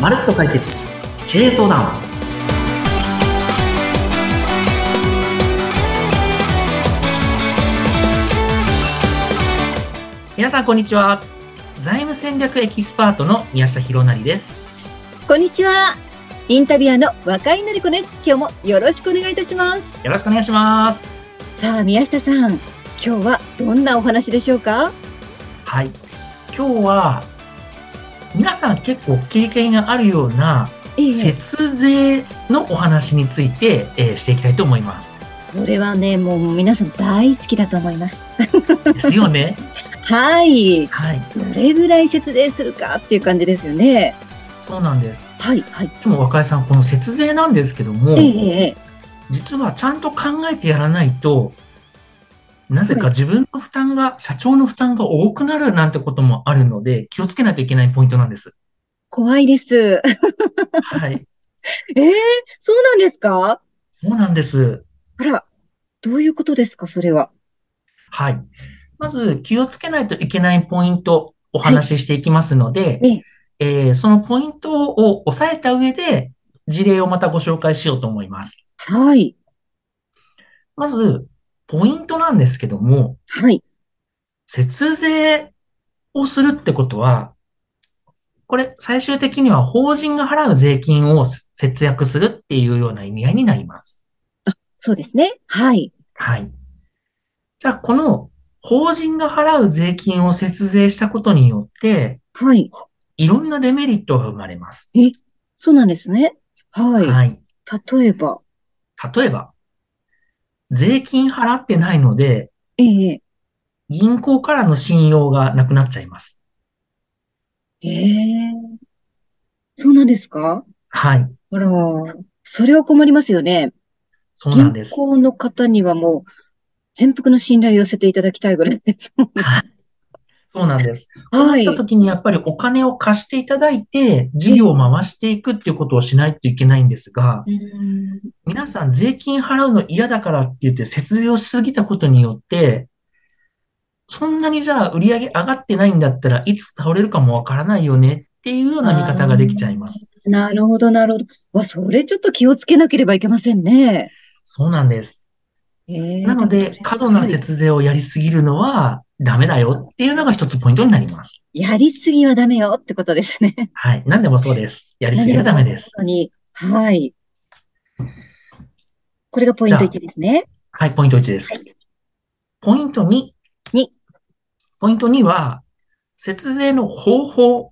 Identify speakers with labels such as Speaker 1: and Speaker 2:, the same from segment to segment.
Speaker 1: まるっと解決経営相談皆さんこんにちは財務戦略エキスパートの宮下博成です
Speaker 2: こんにちは。インタビュアーの若井のり子です。今日もよろしくお願いいたします。
Speaker 1: よろしくお願いします
Speaker 2: さあ、宮下さん、今日はどんなお話でしょうか
Speaker 1: はい今日は皆さん結構経験があるような
Speaker 2: ええ、
Speaker 1: 節税のお話について、えーしていきたいと思います
Speaker 2: それはね、もう皆さん大好きだと思います。
Speaker 1: ですよね
Speaker 2: はい。
Speaker 1: はい
Speaker 2: どれぐらい節税するかっていう感じですよね。
Speaker 1: そうなんです
Speaker 2: はい、はい。
Speaker 1: でも若井さんこの節税なんですけども、
Speaker 2: ええ、ええ
Speaker 1: 実はちゃんと考えてやらないと、なぜか自分の負担が、社長の負担が多くなるなんてこともあるので、気をつけないといけないポイントなんです。
Speaker 2: 怖いです。
Speaker 1: はい。
Speaker 2: ええ、そうなんですか
Speaker 1: そうなんです。
Speaker 2: あら、どういうことですか、それは。
Speaker 1: はい。まず、気をつけないといけないポイント、お話ししていきますので、
Speaker 2: ええ
Speaker 1: えーそのポイントを押さえた上で、事例をまたご紹介しようと思います。
Speaker 2: はい、
Speaker 1: まず、ポイントなんですけども、
Speaker 2: はい。
Speaker 1: 節税をするってことは、これ最終的には法人が払う税金を節約するっていうような意味合いになります。
Speaker 2: そうですね。はい。
Speaker 1: はい。じゃあこの法人が払う税金を節税したことによって、
Speaker 2: はい。
Speaker 1: いろんなデメリットが生まれます。
Speaker 2: そうなんですね。は
Speaker 1: はい。
Speaker 2: い。例えば、
Speaker 1: 例えば、税金払ってないので、
Speaker 2: ええ、
Speaker 1: 銀行からの信用がなくなっちゃいます。
Speaker 2: ええ、そうなんですか
Speaker 1: はい。
Speaker 2: あら、それは困りますよね。
Speaker 1: そうなんです
Speaker 2: 銀。行の方にはもう、全幅の信頼を寄せていただきたいぐらいです。
Speaker 1: そうなんです。
Speaker 2: は
Speaker 1: そういった時にやっぱりお金を貸していただいて、事業を回していくっていうことをしないといけないんですが、
Speaker 2: うん
Speaker 1: 皆さん税金払うの嫌だからって言って節税をしすぎたことによって、そんなにじゃあ売り上げ上がってないんだったらいつ倒れるかもわからないよねっていうような見方ができちゃいます。
Speaker 2: なるほど、なるほど。わ、それちょっと気をつけなければいけませんね。
Speaker 1: そうなんです。
Speaker 2: ええ、
Speaker 1: なので、過度な節税をやりすぎるのはダメだよっていうのが一つポイントになります。
Speaker 2: やりすぎはダメよってことですね。
Speaker 1: はい。何でもそうです。やりすぎはダメです。
Speaker 2: 本当に。はい。これがポイント
Speaker 1: じゃあ
Speaker 2: 1ですね。
Speaker 1: はい、ポイント1です。ポイント2。
Speaker 2: に
Speaker 1: ポイント2は、節税の方法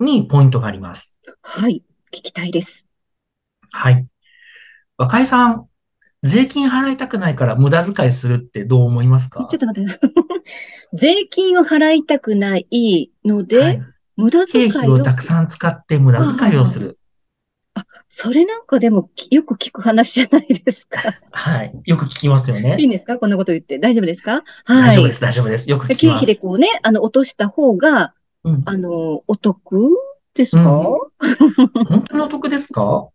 Speaker 1: にポイントがあります。
Speaker 2: はい。聞きたいです。
Speaker 1: はい。若井さん、税金払いたくないから無駄遣いするってどう思います
Speaker 2: ち
Speaker 1: か
Speaker 2: ょっと待って。 税金を払いたくないので、
Speaker 1: はい
Speaker 2: 無駄
Speaker 1: 経
Speaker 2: 遣い
Speaker 1: 費を
Speaker 2: を、
Speaker 1: たくさん使って無駄遣いをする。
Speaker 2: それなんかでもきよく聞く話じゃないですか。
Speaker 1: はい。よく聞きますよ
Speaker 2: いい
Speaker 1: ね。
Speaker 2: んですかこんなこと言って。大丈夫ですかは
Speaker 1: 大
Speaker 2: い。
Speaker 1: 丈夫です、大丈夫です。よく聞き
Speaker 2: 経
Speaker 1: ま。
Speaker 2: 費ですこうね、あの、落とした方が、
Speaker 1: うん
Speaker 2: あの、お得ですか、
Speaker 1: 本当にお得ですか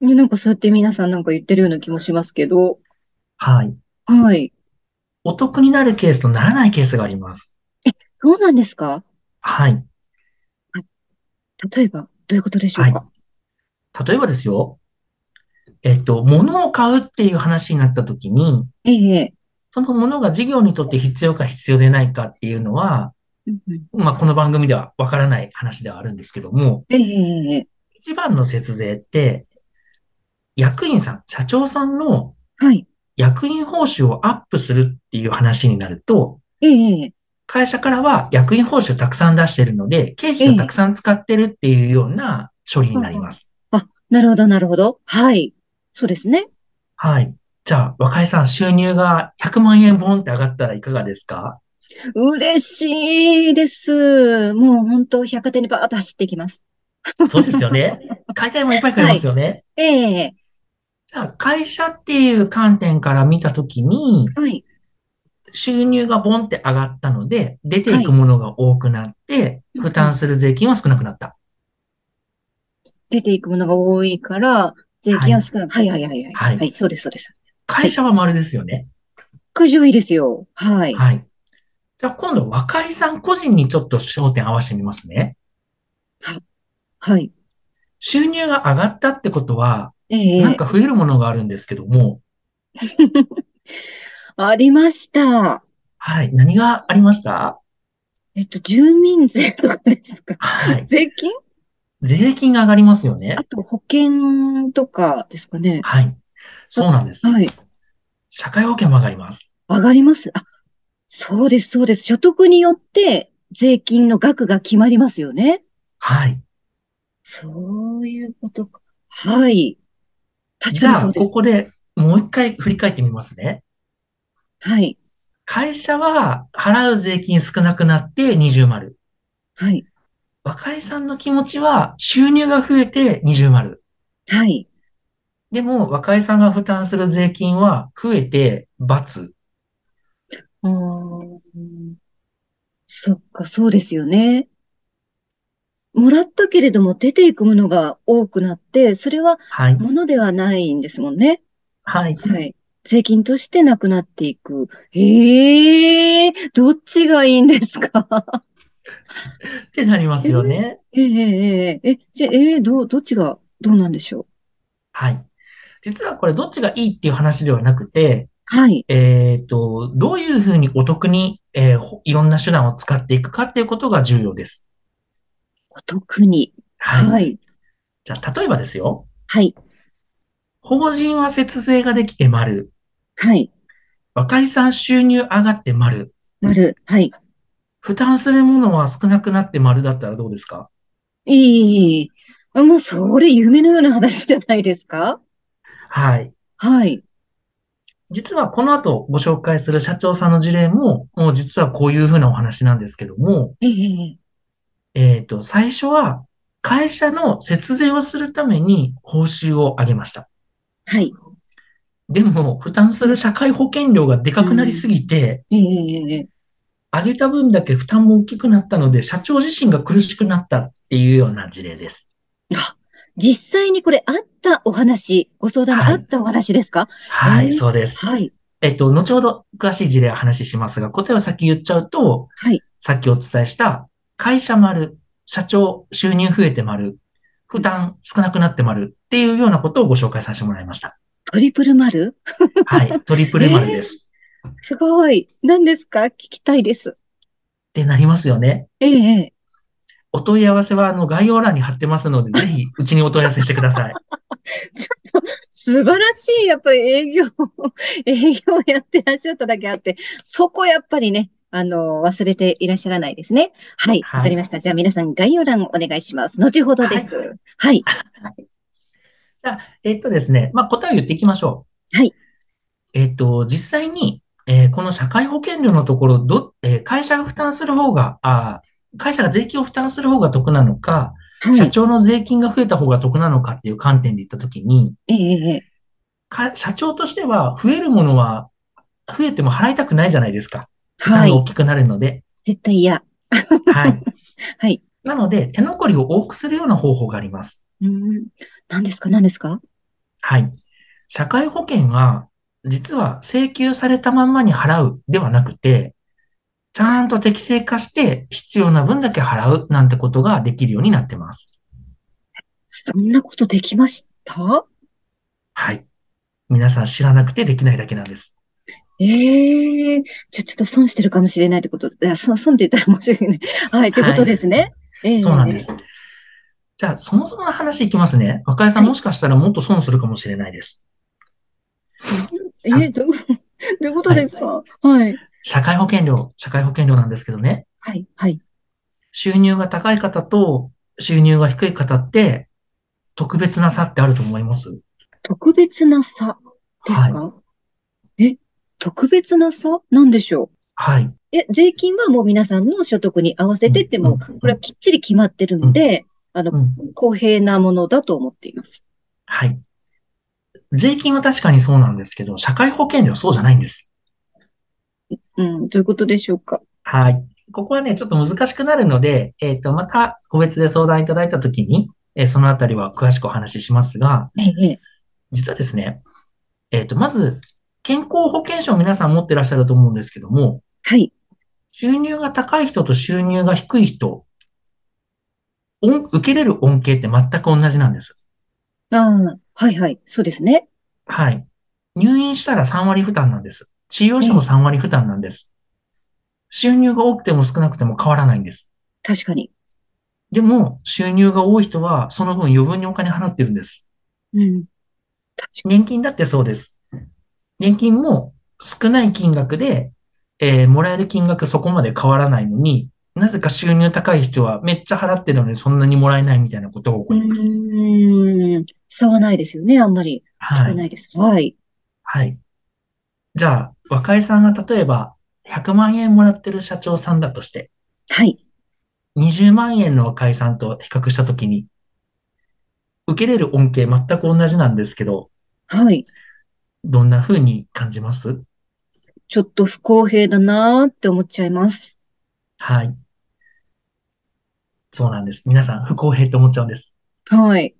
Speaker 2: ねなんかそうやって皆さんなんか言ってるような気もしますけど。
Speaker 1: はい。
Speaker 2: はい。
Speaker 1: お得になるケースとならないケースがあります。
Speaker 2: そうなんですか
Speaker 1: はい。
Speaker 2: 例えば、どういうことでしょうか、
Speaker 1: 例えばですよ、えっと、物を買うっていう話になったときに、
Speaker 2: ええ。
Speaker 1: その物が事業にとって必要か必要でないかっていうのは、
Speaker 2: うんうん
Speaker 1: まあ、この番組ではわからない話ではあるんですけども、
Speaker 2: ええ。
Speaker 1: 一番の節税って、役員さん、社長さんの
Speaker 2: はい。
Speaker 1: 役員報酬をアップするっていう話になると、
Speaker 2: ええ。
Speaker 1: 会社からは役員報酬たくさん出してるので、経費をたくさん使ってるっていうような処理になります。
Speaker 2: なるほど、なるほど。はい。そうですね。
Speaker 1: はい。じゃあ、若井さん、収入が100万円ボンって上がったらいかがですか
Speaker 2: 嬉しいです。もう本当、百貨店にバーッと走っていきます。
Speaker 1: そうですよ ね。買いたいもんいっぱい買いますよね。
Speaker 2: ええ
Speaker 1: じゃあ、会社っていう観点から見たときに、
Speaker 2: はい。
Speaker 1: 収入がボンって上がったので、出ていくものが多くなって、
Speaker 2: い
Speaker 1: 負担する税金は少なくなった。
Speaker 2: 出ていくものが多いから、税金は少ない。はい、はい、はい、はい。
Speaker 1: はい
Speaker 2: はい、そうです、そうです。
Speaker 1: 会社は丸ですよね。
Speaker 2: 会場いいですよ。はい。
Speaker 1: はい。じゃあ、今度、若井さん個人にちょっと焦点合わせてみますね。
Speaker 2: はい。
Speaker 1: 収入が上がったってことは、
Speaker 2: ええ
Speaker 1: なんか増えるものがあるんですけども、
Speaker 2: ありました。
Speaker 1: はい。何がありました
Speaker 2: えっと、住民税とかですか
Speaker 1: はい。
Speaker 2: 税金
Speaker 1: 税金が上がりますよね
Speaker 2: あ。と、保険とかですかね。
Speaker 1: はい。そうなんです。
Speaker 2: はい。
Speaker 1: 社会保険も上がります。
Speaker 2: 上がります。あ、そうです、そうです。所得によって税金の額が決まりますよね。
Speaker 1: はい。
Speaker 2: そういうことか。はい。確
Speaker 1: じ
Speaker 2: かに
Speaker 1: ゃ
Speaker 2: そ
Speaker 1: あ、
Speaker 2: うです。
Speaker 1: ここでもう一回振り返ってみますね。
Speaker 2: はい。
Speaker 1: 会社は払う税金少なくなって20丸。
Speaker 2: はい。
Speaker 1: 若井さんの気持ちは収入が増えて20丸。
Speaker 2: はい。
Speaker 1: でも、若井さんが負担する税金は増えて×。
Speaker 2: うーん。そっか、そうですよね。もらったけれども出ていくものが多くなって、それは
Speaker 1: はい。
Speaker 2: 物ではないんですもんね。
Speaker 1: はい。
Speaker 2: はい。税金としてなくなっていく。ええどっちがいいんですか
Speaker 1: ってなりますよね。
Speaker 2: ええええええ、じゃ、ええどう、どっちが、どうなんでしょう
Speaker 1: はい。実はこれどっちがいいっていう話ではなくて、
Speaker 2: はい。
Speaker 1: えっと、どういうふうにお得に、えーほいろんな手段を使っていくかっていうことが重要です。
Speaker 2: お得に。
Speaker 1: は。
Speaker 2: はいい。
Speaker 1: じゃあ、例えばですよ。
Speaker 2: はい。
Speaker 1: 法人は節税ができて丸。
Speaker 2: はい。
Speaker 1: 若井さん収入上がって丸。
Speaker 2: 丸。はい。
Speaker 1: 負担するものは少なくなって丸だったらどうですか
Speaker 2: いいいい、いい。あもう、それ夢のような話じゃないですか
Speaker 1: はい。
Speaker 2: はい。
Speaker 1: 実はこの後ご紹介する社長さんの事例も、もう実はこういうふうなお話なんですけども、
Speaker 2: ええ
Speaker 1: えっと、最初は会社の節税をするために報酬を上げました。
Speaker 2: はい。
Speaker 1: でも、負担する社会保険料がでかくなりすぎて、
Speaker 2: えええ
Speaker 1: 上げた分だけ負担も大きくなったので、社長自身が苦しくなったっていうような事例です。
Speaker 2: えあ、実際にこれあったお話、ご相談の
Speaker 1: はい
Speaker 2: あったお話ですか
Speaker 1: は
Speaker 2: え
Speaker 1: い、
Speaker 2: ー
Speaker 1: そうです。
Speaker 2: はい。
Speaker 1: えっと、後ほど詳しい事例を話ししますが、答えを先言っちゃうと、
Speaker 2: はい。
Speaker 1: さっきお伝えした、会社丸、社長、収入増えて丸、負担少なくなって丸っていうようなことをご紹介させてもらいました。
Speaker 2: トリプル丸
Speaker 1: はい、トリプル丸です。
Speaker 2: すごい。何ですか聞きたいです。
Speaker 1: ってなりますよね。
Speaker 2: ええ。
Speaker 1: お問い合わせは、あの、概要欄に貼ってますので、ぜひ、うちにお問い合わせしてください。
Speaker 2: 素晴らしい。やっぱり営業、 営業やってらっしゃっただけあって、そこやっぱりね、あの、忘れていらっしゃらないですね。はい。
Speaker 1: はい
Speaker 2: わかりました。じゃあ皆さん概要欄お願いします。後ほどです。はい。
Speaker 1: えっとですね、まあ、答えを言っていきましょう。
Speaker 2: はい。
Speaker 1: えっと、実際に、えーこの社会保険料のところ、ど、えー会社が負担する方が、あー会社が税金を負担する方が得なのか、
Speaker 2: は
Speaker 1: 社
Speaker 2: い。
Speaker 1: 長の税金が増えた方が得なのかっていう観点で言ったときに、
Speaker 2: ええ。
Speaker 1: か社長としては増えるものは、増えても払いたくないじゃないですか。負
Speaker 2: は
Speaker 1: 担が
Speaker 2: い
Speaker 1: 大。きくなるの で。
Speaker 2: 絶対嫌。
Speaker 1: はい。
Speaker 2: はい。
Speaker 1: なので、手残りを多くするような方法があります。
Speaker 2: うん。何ですか何ですか
Speaker 1: はい。社会保険は、実は請求されたまんまに払うではなくて、ちゃんと適正化して必要な分だけ払うなんてことができるようになってます。
Speaker 2: そんなことできました
Speaker 1: はい。皆さん知らなくてできないだけなんです。
Speaker 2: ええじゃあちょっと損してるかもしれないってこと、いや、損損って言ったら申し訳ない。はい、ってことですね。ええ
Speaker 1: そうなんで。す。じゃあ、そもそもの話いきますね。若井さん
Speaker 2: はい
Speaker 1: もしかしたらもっと損するかもしれないです。
Speaker 2: ええどう、どういうことですかはい。
Speaker 1: 社会保険料、社会保険料なんですけどね。
Speaker 2: はい、はい。
Speaker 1: 収入が高い方と収入が低い方って特別な差ってあると思います。
Speaker 2: 特別な差です
Speaker 1: はい。
Speaker 2: か、え、特別な差なんでしょ
Speaker 1: はい。
Speaker 2: うえ、税金はもう皆さんの所得に合わせてっても、
Speaker 1: うん
Speaker 2: これはきっちり決まってるので、あの、
Speaker 1: うん
Speaker 2: 公平なものだと思っています。
Speaker 1: はい。税金は確かにそうなんですけど、社会保険料はそうじゃないんです。
Speaker 2: うん、どういうことでしょうか
Speaker 1: はい。ここはね、ちょっと難しくなるので、えっと、また個別で相談いただいたときに、えーそのあたりは詳しくお話ししますが、
Speaker 2: ええ、
Speaker 1: 実はですね、えっと、まず、健康保険証を皆さん持ってらっしゃると思うんですけども、
Speaker 2: はい。
Speaker 1: 収入が高い人と収入が低い人恩受けれる恩恵って全く同じなんです。
Speaker 2: ああ、はいはい。そうですね。
Speaker 1: はい。入院したら3割負担なんです。治療費も3割負担なんです。収入が多くても少なくても変わらないんです。
Speaker 2: 確かに。
Speaker 1: でも、収入が多い人は、その分余分にお金払ってるんです。
Speaker 2: うん。確か
Speaker 1: 年金だってそうです。年金も少ない金額で、えーもらえる金額そこまで変わらないのに、なぜか収入高い人はめっちゃ払ってるのにそんなにもらえないみたいなことが起こ
Speaker 2: に。
Speaker 1: ります。
Speaker 2: うーん。差はないですよね。あんまり。聞
Speaker 1: は
Speaker 2: か
Speaker 1: い。
Speaker 2: ないです。はい。
Speaker 1: はい。じゃあ、若井さんが例えば100万円もらってる社長さんだとして、
Speaker 2: はい。
Speaker 1: 20万円の若井さんと比較したときに、受けれる恩恵全く同じなんですけど、
Speaker 2: はい。
Speaker 1: どんな風に感じます
Speaker 2: ちょっと不公平だなーって思っちゃいます。
Speaker 1: はい。そうなんです。皆さん不公平って思っちゃうんです。
Speaker 2: はい。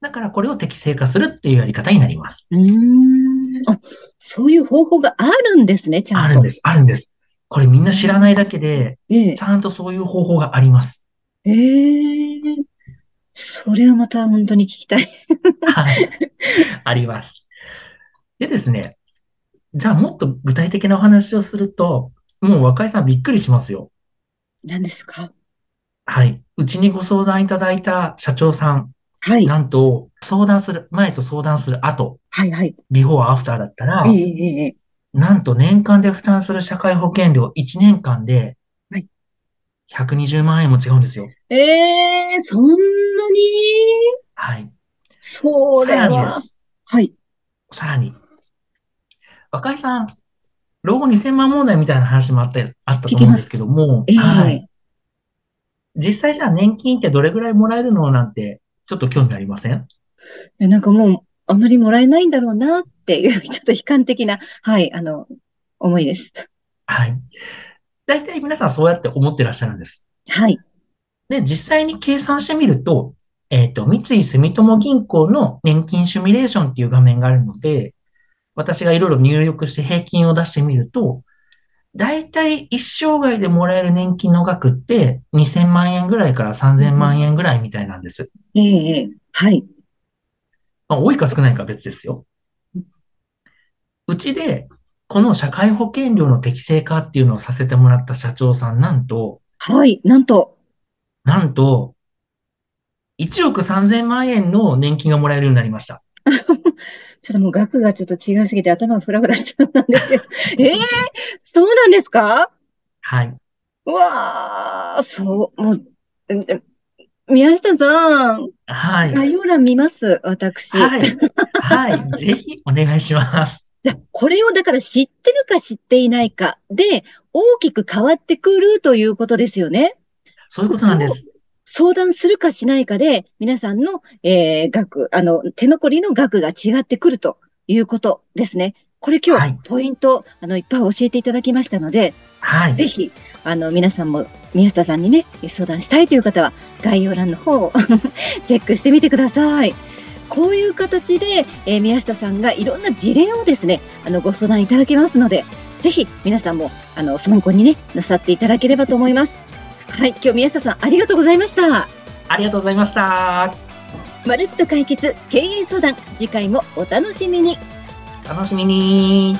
Speaker 1: だからこれを適正化するっていうやり方になります。
Speaker 2: うーん。あ、そういう方法があるんですね、ちゃん
Speaker 1: あ
Speaker 2: と。
Speaker 1: るんです。あるんです。これみんな知らないだけで、
Speaker 2: ええ
Speaker 1: ち。ゃんとそういう方法があります。
Speaker 2: ええ。それはまた本当に聞きたい。
Speaker 1: はい。あります。でですね。じゃあもっと具体的なお話をすると、もう若井さんびっくりしますよ。
Speaker 2: 何ですか
Speaker 1: はい。うちにご相談いただいた社長さん、
Speaker 2: はい。
Speaker 1: なんと、相談する、前と相談する後、
Speaker 2: はいはい。
Speaker 1: ビフォーアフターだったら
Speaker 2: え、えええ。ええ
Speaker 1: なんと年間で負担する社会保険料1年間で
Speaker 2: はい、
Speaker 1: 120万円も違うんですよ。
Speaker 2: ええ、そんなに
Speaker 1: はい。
Speaker 2: そ
Speaker 1: さ
Speaker 2: れ
Speaker 1: らにで
Speaker 2: は。
Speaker 1: す。
Speaker 2: はい。
Speaker 1: さらに。若井さん、老後2000万問題みたいな話もあった、あったと思うんですけども、
Speaker 2: ええ。
Speaker 1: はい。実際じゃあ年金ってどれぐらいもらえるのなんて、ちょっと興味ありません
Speaker 2: いやなんかもう、あまりもらえないんだろうなっていう、ちょっと悲観的な、はい、あの、思いです。
Speaker 1: はい。大体皆さんそうやって思ってらっしゃるんです。
Speaker 2: はい。
Speaker 1: で、実際に計算してみると、えっと、三井住友銀行の年金シミュレーションっていう画面があるので、私がいろいろ入力して平均を出してみると、大体一生涯でもらえる年金の額って2000万円ぐらいから3000万円ぐらいみたいなんです。
Speaker 2: ええ、ええはい。
Speaker 1: まあ、多いか少ないかは別ですよ。うちで、この社会保険料の適正化っていうのをさせてもらった社長さん、なんと、
Speaker 2: はい、なんと、
Speaker 1: なんと、1億3000万円の年金がもらえるようになりました。
Speaker 2: ちょっともう額がちょっと違いすぎて頭がフラフラしてたんです けど、ええ、そうなんですか
Speaker 1: はい。
Speaker 2: うわあ、そう、もう、うんうん宮下さん、
Speaker 1: はい。
Speaker 2: 概要欄見ます、私。
Speaker 1: はい。はい。ぜひお願いします。
Speaker 2: じゃあ、これをだから知ってるか知っていないかで、大きく変わってくるということですよね。
Speaker 1: そういうことなんです。
Speaker 2: 相談するかしないかで、皆さんの、えー額、あの、手残りの額が違ってくるということですね。これ今
Speaker 1: は
Speaker 2: 日
Speaker 1: い、
Speaker 2: ポイント、あの、いっぱい教えていただきましたので、
Speaker 1: は
Speaker 2: ぜ
Speaker 1: い。
Speaker 2: ひ、あの、皆さんも、宮下さんにね、相談したいという方は、概要欄の方を チェックしてみてください。こういう形で、えー宮下さんがいろんな事例をですね、あの、ご相談いただけますので、ぜひ、皆さんも、あの、参考にね、なさっていただければと思います。はい、今日宮下さん、ありがとうございました。
Speaker 1: ありがとうございました。
Speaker 2: まるっと解決経営相談次回もお楽しみに
Speaker 1: 楽しみに。